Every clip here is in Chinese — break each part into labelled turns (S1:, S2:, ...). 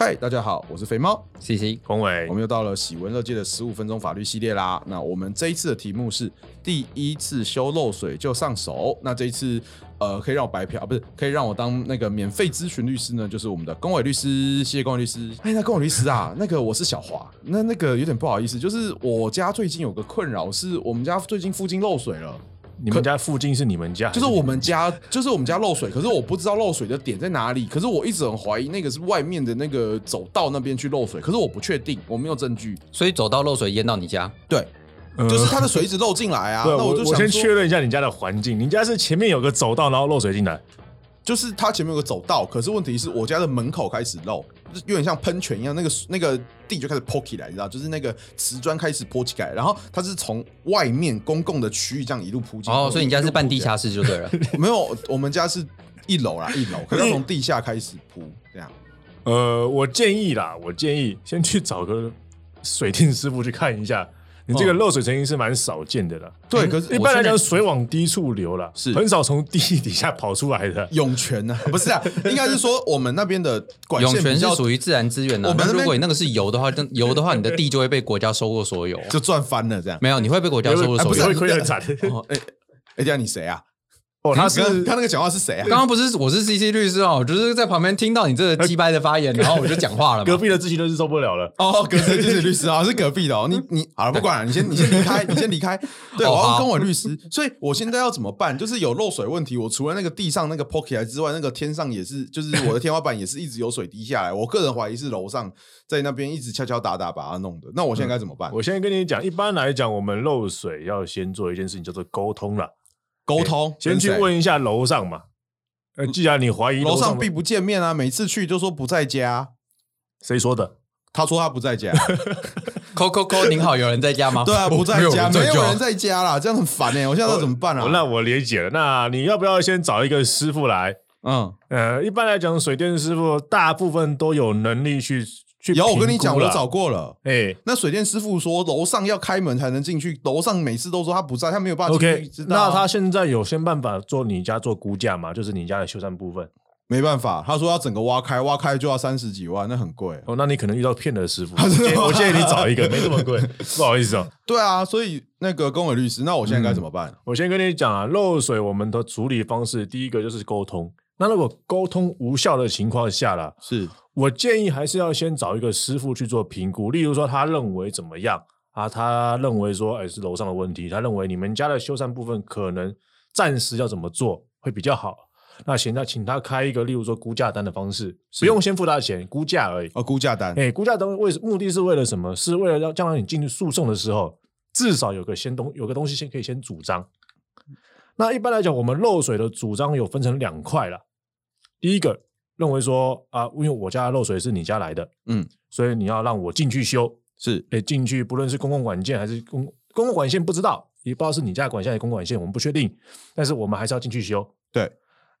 S1: 嗨，大家好，我是肥猫，
S2: C C，
S3: 宏伟
S1: 我，们又到了喜闻乐界的十五分钟法律系列啦。那我们这一次的题目是第一次修漏水就上手。那这一次，呃，可以让我白嫖，啊不是可以让我当那个免费咨询律师呢，就是我们的龚伟律师，谢谢龚伟律师。哎，那龚伟律师啊， 那个我是小华，那那个有点不好意思，就是我家最近有个困扰，是我们家最近附近漏水了。
S3: 你们家附近是你们家，
S1: 就是我们家，就是我们家漏水，可是我不知道漏水的点在哪里。可是我一直很怀疑那个是外面的那个走道那边去漏水，可是我不确定，我没有证据。
S2: 所以走到漏水淹到你家，
S1: 对，
S3: 呃
S1: 就是它的水一直漏进来啊。
S3: 对，
S1: 那
S3: 我
S1: 就
S3: 我
S1: 想
S3: 先
S1: 说
S3: 确，认一下你家的环境，你家是前面有个走道，然后漏水进来，
S1: 就是它前面有个走道，可是问题是我家的门口开始漏，就是有点像喷泉一样，那个那个地就开始泼起来，你知道，就是那个瓷砖开始泼起来，然后它是从外面公共的区域这样一路扑进来。
S2: 哦，所以你家是半地
S1: 一路
S2: 下室就对 了。
S1: 扑进来？没有，我们家是一楼啦，一楼，可是它从地下开始 铺这样。
S3: 呃，我建议啦，我建议先去找个水电师傅去看一下。你这个
S1: 嗯
S3: 漏水成因是蛮少见的啦，
S1: 对可是
S3: 一
S1: 我
S3: 般来
S1: 现在
S3: 讲水往低处流啦，
S1: 是
S3: 很少从地底下跑出来的。
S1: 涌泉呢、不是啊，应该是说我们那边的管
S2: 涌
S1: 线
S2: 泉
S1: 比
S2: 是
S1: 较
S2: 属于自然资源的、
S1: 我们
S2: 那
S1: 那边
S2: 如果你那个是油的话，那油的话，你的地就会被国家收入 所有。
S1: 就赚翻了这样。
S2: 没有，你会被国家收入
S1: 啊
S3: 哎
S2: 所
S3: 不是会
S2: 有。
S3: 亏 很惨。
S2: 哦
S1: 哎、等一下你谁啊？
S3: 哦，他是
S1: 刚刚那个讲话是谁啊？
S2: 刚刚不是我是 C C 律师哦，就是在旁边听到你这个鸡掰的发言，然后我就讲话了
S3: 隔
S2: 嘛。
S3: 壁的自行车是受不了了。
S1: 哦，隔壁就是律师啊，是隔壁的哦。你你好了，不管了，你先你先离开，你先离开。对，
S2: 哦
S1: 我要
S2: 好
S1: 跟我律师，所以我现在要怎么办？就是有漏水问题，我除了那个地上那个 p o c k e t 之外，那个天上也是，就是我的天花板也是一直有水滴下来。我个人怀疑是楼上在那边一直敲敲打打把它弄的。那我现在该怎么办？
S3: 我现在跟你讲，一般来讲，我们漏水要先做一件事情，叫做沟通啦。
S1: 沟通，
S3: 先
S1: 跟
S3: 去
S1: 谁
S3: 问一下楼上嘛。呃，既然你怀疑
S1: 嗯楼
S3: 上
S1: 上
S3: 的
S1: 并不见面啊，每次去就说不在家，
S3: 谁说的？
S1: 他说他不在家。
S2: 扣扣扣，您好，有人在家吗？
S1: 对啊，不在家，没
S2: 就
S1: 有
S2: 好
S1: 人在家啦，这样很烦哎、我现在要怎么办啊
S3: 哦？那我理解了。那你要不要先找一个师傅来？
S1: 嗯，
S3: 呃，一般来讲，水电师傅大部分都有能力去去。
S1: 有我跟你讲，我找。过了。
S3: 哎、
S1: 那水电师傅说，楼上要开门才能进去，楼上每次都说他不在，他没有办法
S3: o
S1: 进
S3: k
S1: 去。知道啊
S3: 那他现在有先办法做你家做估价吗？就是你家的修缮部分。
S1: 没办法，他说要整个挖开，挖开就要三十几万，那很贵。
S3: 哦，那你可能遇到骗的师傅。
S1: 啊真的吗
S3: 我建议你找一个，没这 么贵。不好意思哦，
S1: 对啊，所以那个龚伟律师，那我现
S3: 嗯
S1: 在该怎么办？
S3: 我先跟你讲啊，漏水我们的处理方式，第一个就是沟通。那如果沟通无效的情况下啦，
S1: 是
S3: 我建议还是要先找一个师傅去做评估，例如说他认为怎么样啊？他认为说，哎，是楼上的问题，他认为你们家的修缮部分可能暂时要怎么做会比较好。那行，那请他开一个，例如说估价单的方式，不用先付他钱，估价而已。
S1: 哦，估价单
S3: 哎，估价单为目的是为了什么？是为了让将来你进入诉讼的时候，至少有个先东有个东西先可以先主张。那一般来讲，我们漏水的主张有分成两块啦。第一个认为说啊，因为我家的漏水是你家来的，
S1: 嗯，
S3: 所以你要让我进去修，
S1: 是
S3: 哎，进去不论是公共管线还是公公共管线不知道，也不知道是你家的管线还是公共管线，我们不确定，但是我们还是要进去修。
S1: 对，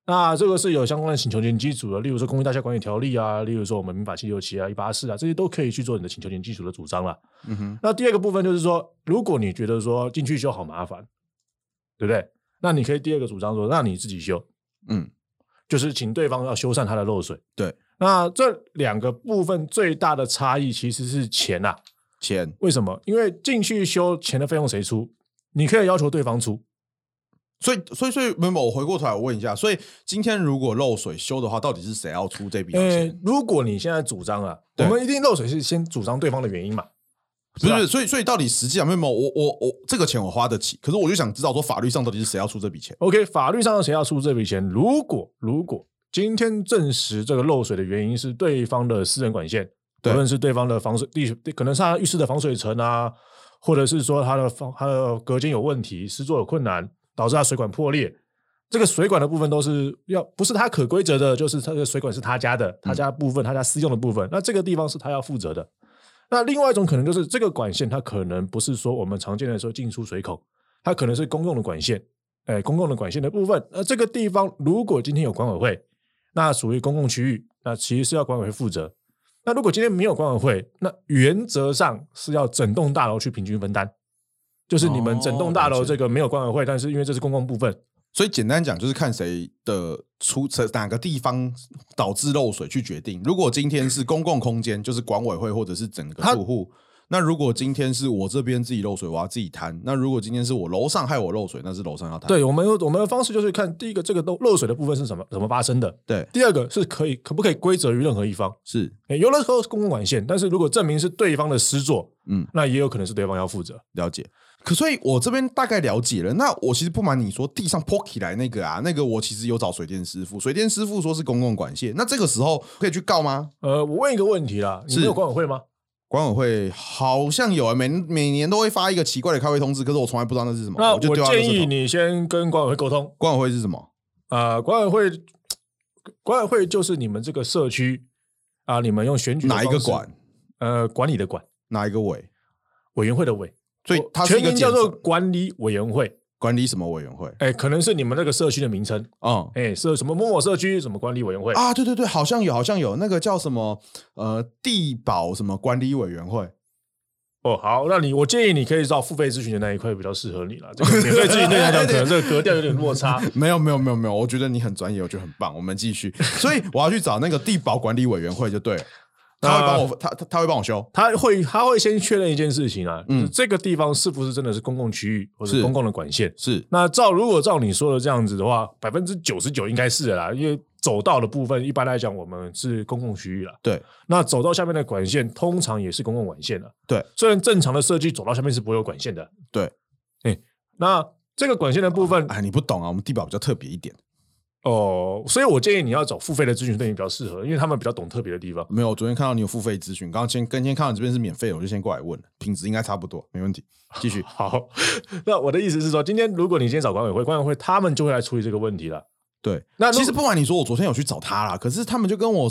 S3: 那这个是有相关的请求权基础的，例如说《公寓大厦管理条例》啊，例如说我们民法七六七啊、一八四啊，这些都可以去做你的请求权基础的主张啦。
S1: 嗯哼，
S3: 那第二个部分就是说，如果你觉得说进去修好麻烦，对不对？那你可以第二个主张说，那你自己修，
S1: 嗯，
S3: 就是请对方要修缮他的漏水。
S1: 对，
S3: 那这两个部分最大的差异其实是钱啊。
S1: 钱
S3: 为什么？因为进去修钱的费用谁出？你可以要求对方出，
S1: 所以，所以，所以，没有，我回过头来我问一下，所以今天如果漏水修的话，到底是谁要出这笔
S3: 呃
S1: 钱？，
S3: 如果你现在主张啊，我
S1: 对
S3: 们一定漏水是先主张对方的原因嘛？
S1: 不
S3: 吧
S1: 是，所以，所以到底实际上没有，我我我这个钱我花得起，可是我就想知道说法律上到底是谁要出这笔钱？
S3: OK，法律上谁要出这笔钱？如果如果今天证实这个漏水的原因是对方的私人管线，
S1: 对
S3: 无论是对方的防水地，可能是他浴室的防水层啊，或者是说他的防他的隔间有问题，施作有困难，导致他水管破裂。这个水管的部分都是要不是他可归责的，就是他的水管是他家的，
S1: 嗯
S3: 他家部分、他家私用的部分，那这个地方是他要负责的。那另外一种可能就是这个管线，它可能不是说我们常见的说进出水口，它可能是公用的管线，哎，公共的管线的部分。那这个地方如果今天有管委会，那属于公共区域，那其实是要管委会负责。那如果今天没有管委会，那原则上是要整栋大楼去平均分担，就是你们整栋大
S1: 哦
S3: 楼
S1: 了解
S3: 这个没有管委会，但是因为这是公共部分，
S1: 所以简单讲，就是看谁的出谁哪个地方导致漏水去决定。如果今天是公共空间，就是管委会或者是整个
S3: 他
S1: 住户。那如果今天是我这边自己漏水，我要自己摊；那如果今天是我楼上害我漏水，那是楼上要摊。
S3: 对我们有我们的方式就是看第一个这个漏漏水的部分是什么怎么发生的，
S1: 对，
S3: 第二个是可以可不可以归责于任何一方。
S1: 是
S3: 诶有的时候是公共管线，但是如果证明是对方的失作，
S1: 嗯，
S3: 那也有可能是对方要负责。
S1: 了解。可所以，我这边大概了解了。那我其实不瞒你说，地上泼起来那个啊，那个我其实有找水电师傅，水电师傅说是公共管线。那这个时候可以去告吗？
S3: 呃，我问一个问题啦，你们
S1: 是
S3: 有管委会吗？
S1: 管委会好像有啊，每每年都会发一个奇怪的开会通知，可哦是我从来不知道那是什么。
S3: 那
S1: 就
S3: 我
S1: 丢到垃圾
S3: 建议
S1: 桶
S3: 你先跟管委会沟通。
S1: 管委会是什么？
S3: 啊，管委会，管委会就是你们这个社区啊，你们用选举的
S1: 哪一个
S3: 方式？
S1: 管？
S3: 呃，管理的管，
S1: 哪一个委？
S3: 委员会的委，
S1: 所以
S3: 我
S1: 它是
S3: 全
S1: 一个
S3: 名叫做
S1: 简称
S3: 管理委员会。
S1: 管理什么委员会？
S3: 哎，可能是你们那个社区的名称，
S1: 嗯
S3: 哎，社什么某某社区什么管理委员会，
S1: 啊，对对对，好像有，好像有那个叫什么呃地保什么管理委员会。
S3: 哦，好，那你我建议你可以找付费咨询的那一块比较适合你了。这个免费咨询对你来讲，可能这个格调有点落差。
S1: 没有没有没有没有，我觉得你很专业，我觉得很棒。我们继 续，所以我要去找那个地保管理委员会就对了， 他会帮我，他他他会帮我修。
S3: 他会他会先确认一件事情啊，
S1: 嗯
S3: 就是这个地方是不是真的是公共区域或
S1: 是
S3: 者公共的管线？
S1: 是
S3: 那照如果照你说的这样子的话，百分之九十九应该是的啦，因为走道的部分一般来讲我们是公共区域啦。
S1: 对，
S3: 那走道下面的管线通常也是公共管线的。
S1: 对，
S3: 虽然正常的设计走道下面是不会有管线的。
S1: 对，
S3: 哎、那这个管线的部分
S1: 哎，你不懂啊，我们地保比较特别一点。
S3: 哦，所以我建议你要找付费的咨询对你比较适合，因为他们比较懂特别的地方。
S1: 没有，我昨天看到你有付费咨询，刚刚先跟今天看到你这边是免费的，我就先过来问了，品质应该差不多，没问题。继续
S3: 好，那我的意思是说，今天如果你今天找管委会，管委会他们就会来处理这个问题了。
S1: 对，
S3: 那如
S1: 其实不瞒你说，我昨天有去找他啦，可是他们就跟我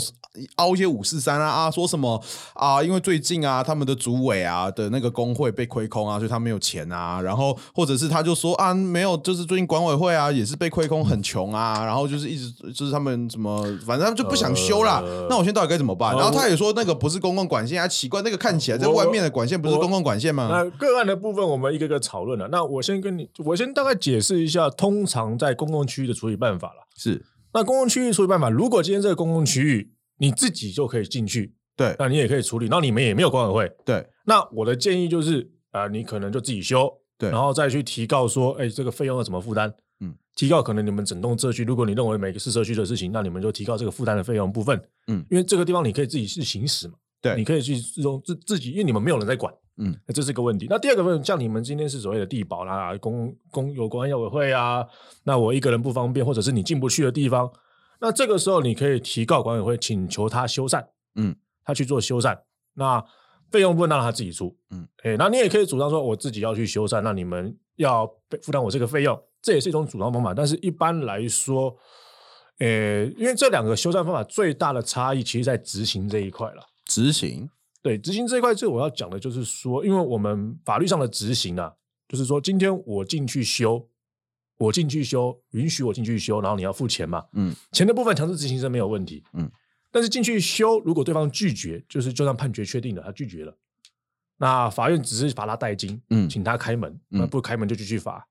S1: 凹一些五四三啊啊，说什么啊，因为最近啊，他们的主委啊的那个工会被亏空啊，所以他没有钱啊，然后或者是他就说啊，没有，就是最近管委会啊也是被亏空，很穷啊，然后就是一直就是他们什么，反正他们就不想修啦。
S3: 呃
S1: 那我现在到底该怎么办？
S3: 呃
S1: 然后他也说那个不是公共管线啊，奇怪，那个看起来在
S3: 我
S1: 外面的管线不是
S3: 我
S1: 公共管线吗？
S3: 那个案的部分，我们一个个讨论了。那我先跟你，我先大概解释一下，通常在公共区域的处理办法了。
S1: 是
S3: 那公共区域处理办法，如果今天这个公共区域你自己就可以进去，
S1: 对
S3: 那你也可以处理，那你们也没有管委会。
S1: 对
S3: 那我的建议就是，啊、你可能就自己修，
S1: 对
S3: 然后再去提告说，哎、这个费用要怎么负担？
S1: 嗯，
S3: 提告可能你们整栋社区，如果你认为每个是社区的事情，那你们就提告这个负担的费用部分。
S1: 嗯
S3: 因为这个地方你可以自己去行使嘛，
S1: 对
S3: 你可以去自动自自己，因为你们没有人在管。
S1: 嗯，
S3: 这是一个问题。那第二个问题，像你们今天是所谓的地保啦、公公有关药委会啊，那我一个人不方便，或者是你进不去的地方，那这个时候你可以提告管委会，请求他修缮。
S1: 嗯，
S3: 他去做修缮，那费用不能让他自己出。哎，那你也可以主张说我自己要去修缮，那你们要背负担我这个费用，这也是一种主张方法。但是一般来说，呃，因为这两个修缮方法最大的差异，其实在执行这一块了。
S1: 执行
S3: 对，执行这一块，这我要讲的就是说，因为我们法律上的执行啊，就是说今天我进去修，我进去修，允许我进去修，然后你要付钱嘛。
S1: 嗯，
S3: 钱的部分强制执行是没有问题。
S1: 嗯，
S3: 但是进去修，如果对方拒绝，就是就算判决确定了，他拒绝了，那法院只是罚他代金，
S1: 嗯
S3: 请他开门，
S1: 嗯
S3: 那不开门就继续罚。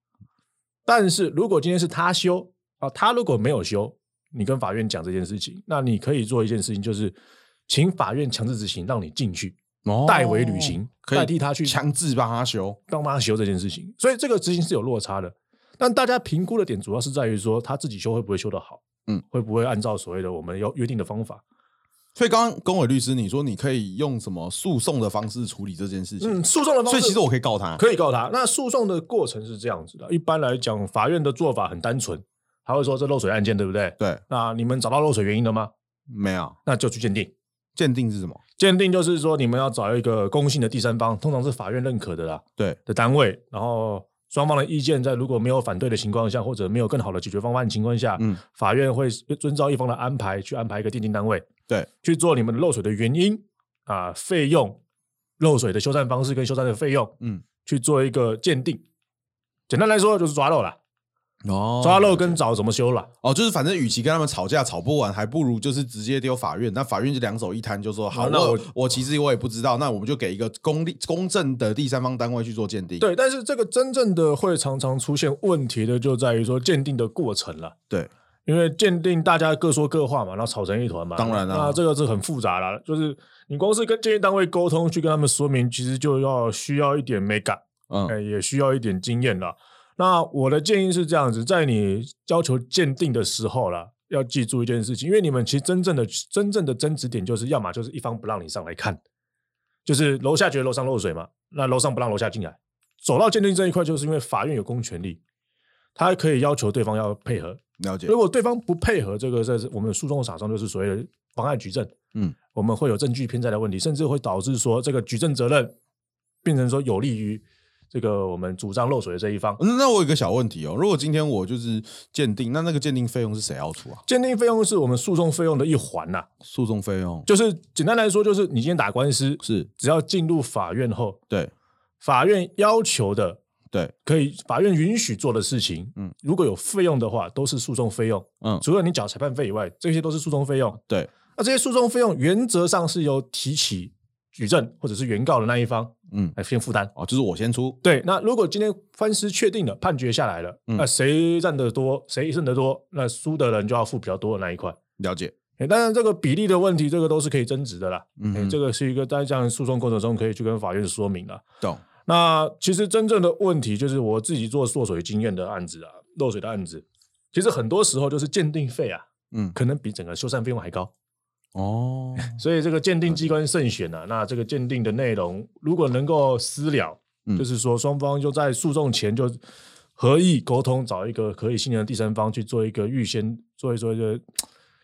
S3: 但是如果今天是他修啊，他如果没有修，你跟法院讲这件事情，那你可以做一件事情，就是请法院强制执行，让你进去
S1: 哦
S3: 代为履行，
S1: 可以
S3: 代替他去
S1: 强制帮他修。
S3: 帮他修这件事情，所以这个执行是有落差的。但大家评估的点主要是在于说他自己修会不会修得好，
S1: 嗯，
S3: 会不会按照所谓的我们要约定的方法，
S1: 所以刚刚龚伟律师，你说你可以用什么诉讼的方式处理这件事情？
S3: 嗯，诉讼的方
S1: 所
S3: 式，
S1: 以其实我可以告他。
S3: 可以告他。那诉讼的过程是这样子的，一般来讲，法院的做法很单纯，他会说这漏水案件对不对？
S1: 对，
S3: 那你们找到漏水原因了吗？
S1: 没有
S3: 那就去鉴定。
S1: 鉴定是什么？
S3: 鉴定就是说，你们要找一个公信的第三方，通常是法院认可的啦
S1: 对，
S3: 的单位，然后双方的意见在如果没有反对的情况下，或者没有更好的解决方案的情况下，
S1: 嗯，
S3: 法院会遵照一方的安排去安排一个鉴定单位，
S1: 对，
S3: 去做你们漏水的原因啊、费用、漏水的修缮方式跟修缮的费用，
S1: 嗯，
S3: 去做一个鉴定。简单来说就是抓漏了。
S1: 哦
S3: 抓漏跟找怎么修了？
S1: 哦，就是反正与其跟他们吵架吵不完，还不如就是直接丢法院。那法院就两手一摊，就说好，
S3: 哦那
S1: 我
S3: 我
S1: 我其实我也不知道，那我们就给一个公立公正的第三方单位去做鉴定。
S3: 对，但是这个真正的会常常出现问题的，就在于说鉴定的过程了。
S1: 对，
S3: 因为鉴定大家各说各话嘛，然后吵成一团嘛。
S1: 当然啦啊
S3: 那这个是很复杂啦，就是你光是跟鉴定单位沟通，去跟他们说明，其实就要需要一点美感，
S1: 嗯
S3: 哎、也需要一点经验啦。那我的建议是这样子，在你要求鉴定的时候啦，要记住一件事情，因为你们其实真正的真正的争执点就是，要么就是一方不让你上来看，就是楼下觉得楼上漏水嘛，那楼上不让楼下进来。走到鉴定这一块，就是因为法院有公权力，他可以要求对方要配合，
S1: 了解
S3: 如。果对方不配合，这个在我们的诉讼场上就是所谓的妨碍举证，
S1: 嗯，
S3: 我们会有证据偏在的问题，甚至会导致说这个举证责任变成说有利于这个我们主张漏水的这一方。
S1: 嗯那我有一个小问题哦，如果今天我就是鉴定，那那个鉴定费用是谁要出啊？
S3: 鉴定费用是我们诉讼费用的一环呐、
S1: 诉讼费用
S3: 就是简单来说，就是你今天打官司，
S1: 是
S3: 只要进入法院后，
S1: 对
S3: 法院要求的
S1: 对，
S3: 可以，法院允许做的事情，
S1: 嗯
S3: 嗯，如果有费用的话，都是诉讼费用，
S1: 嗯
S3: 除了你缴裁判费以外，这些都是诉讼费用。
S1: 对，
S3: 那这些诉讼费用原则上是由提起举证或者是原告的那一方
S1: 嗯
S3: 来先负担。
S1: 哦，就是我先出，
S3: 对，那如果今天官司确定了，判决下来了，
S1: 嗯
S3: 那谁占得多，谁胜得多，那输的人就要付比较多的那一块。
S1: 了解。
S3: 诶当然，这个比例的问题，这个都是可以争执的啦。
S1: 嗯
S3: 诶
S1: 哼
S3: 这个是一个在这样的诉讼过程中可以去跟法院说明的。
S1: 懂。
S3: 那其实真正的问题就是我自己做落水经验的案子啊，漏水的案子，其实很多时候就是鉴定费啊，
S1: 嗯
S3: 可能比整个修缮费用还高。
S1: 哦，
S3: 所以这个鉴定机关慎选啊，那这个鉴定的内容如果能够私了，
S1: 嗯
S3: 就是说双方就在诉讼前就合意沟通，找一个可以信任的第三方去做一个预先做一做一个，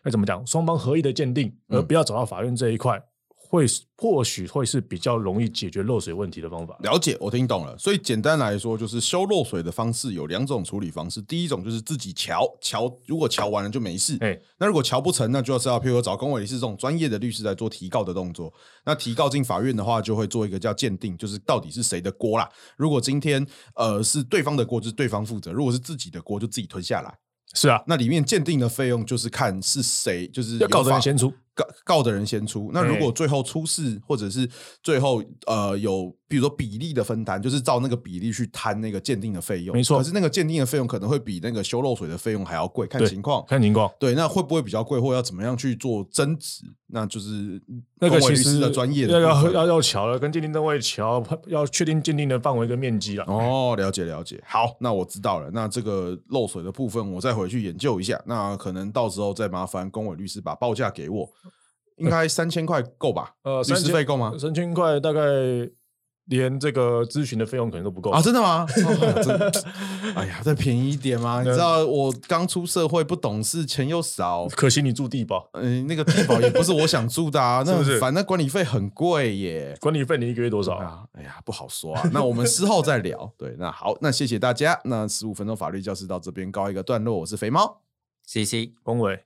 S3: 那怎么讲？双方合意的鉴定，而
S1: 嗯
S3: 不要走到法院这一块，会是或许会是比较容易解决漏水问题的方法。
S1: 了解，我听懂了。所以简单来说，就是修漏水的方式有两种处理方式。第一种就是自己瞧瞧，如果瞧完了就没事。
S3: 哎，
S1: 那如果瞧不成，那就是要譬如说找公委理事这种专业的律师来做提告的动作。那提告进法院的话，就会做一个叫鉴定，就是到底是谁的锅啦。如果今天呃是对方的锅，就是对方负责；如果是自己的锅，就自己吞下来。
S3: 是啊，
S1: 那里面鉴定的费用就是看是谁，就是
S3: 要告的
S1: 有
S3: 人
S1: 法
S3: 先出。
S1: 告告的人先出。那如果最后出事，或者是最后呃有，比如说比例的分担，就是照那个比例去摊那个鉴定的费用，
S3: 没错
S1: 可是那个鉴定的费用可能会比那个修漏水的费用还要贵，看
S3: 对
S1: 情况。
S3: 看情况，
S1: 对，那会不会比较贵，或要怎么样去做增值？那就是
S3: 那个
S1: 公
S3: 其
S1: 委律师
S3: 实
S1: 的专业
S3: 要
S1: 的部
S3: 要
S1: 分
S3: 要要瞧了，跟鉴定单位瞧，要确定鉴定的范围跟面积了。
S1: 哦，了解了解。好，那我知道了。那这个漏水的部分，我再回去研究一下。那可能到时候再麻烦公委律师把报价给我，应该三千块够吧？
S3: 呃，
S1: 律
S3: 三
S1: 师
S3: 千
S1: 费够吗？
S3: 三千块大概连这个咨询的费用可能都不够
S1: 啊，真的 吗？哦真 哎呀，再便宜一点嘛！你知道我刚出社会，不懂事，钱又少，
S3: 可惜你住地堡，
S1: 嗯、那个地保也不是我想住的啊，那
S3: 是不是哦
S1: 反正管理费很贵耶。
S3: 管理费你一个月多少？
S1: 啊，哎呀，不好说啊。那我们事后再聊。 对，那好，那谢谢大家。那十五分钟法律教室到这边告一个段落。我是肥猫，
S2: ，C C。
S3: 龚伟，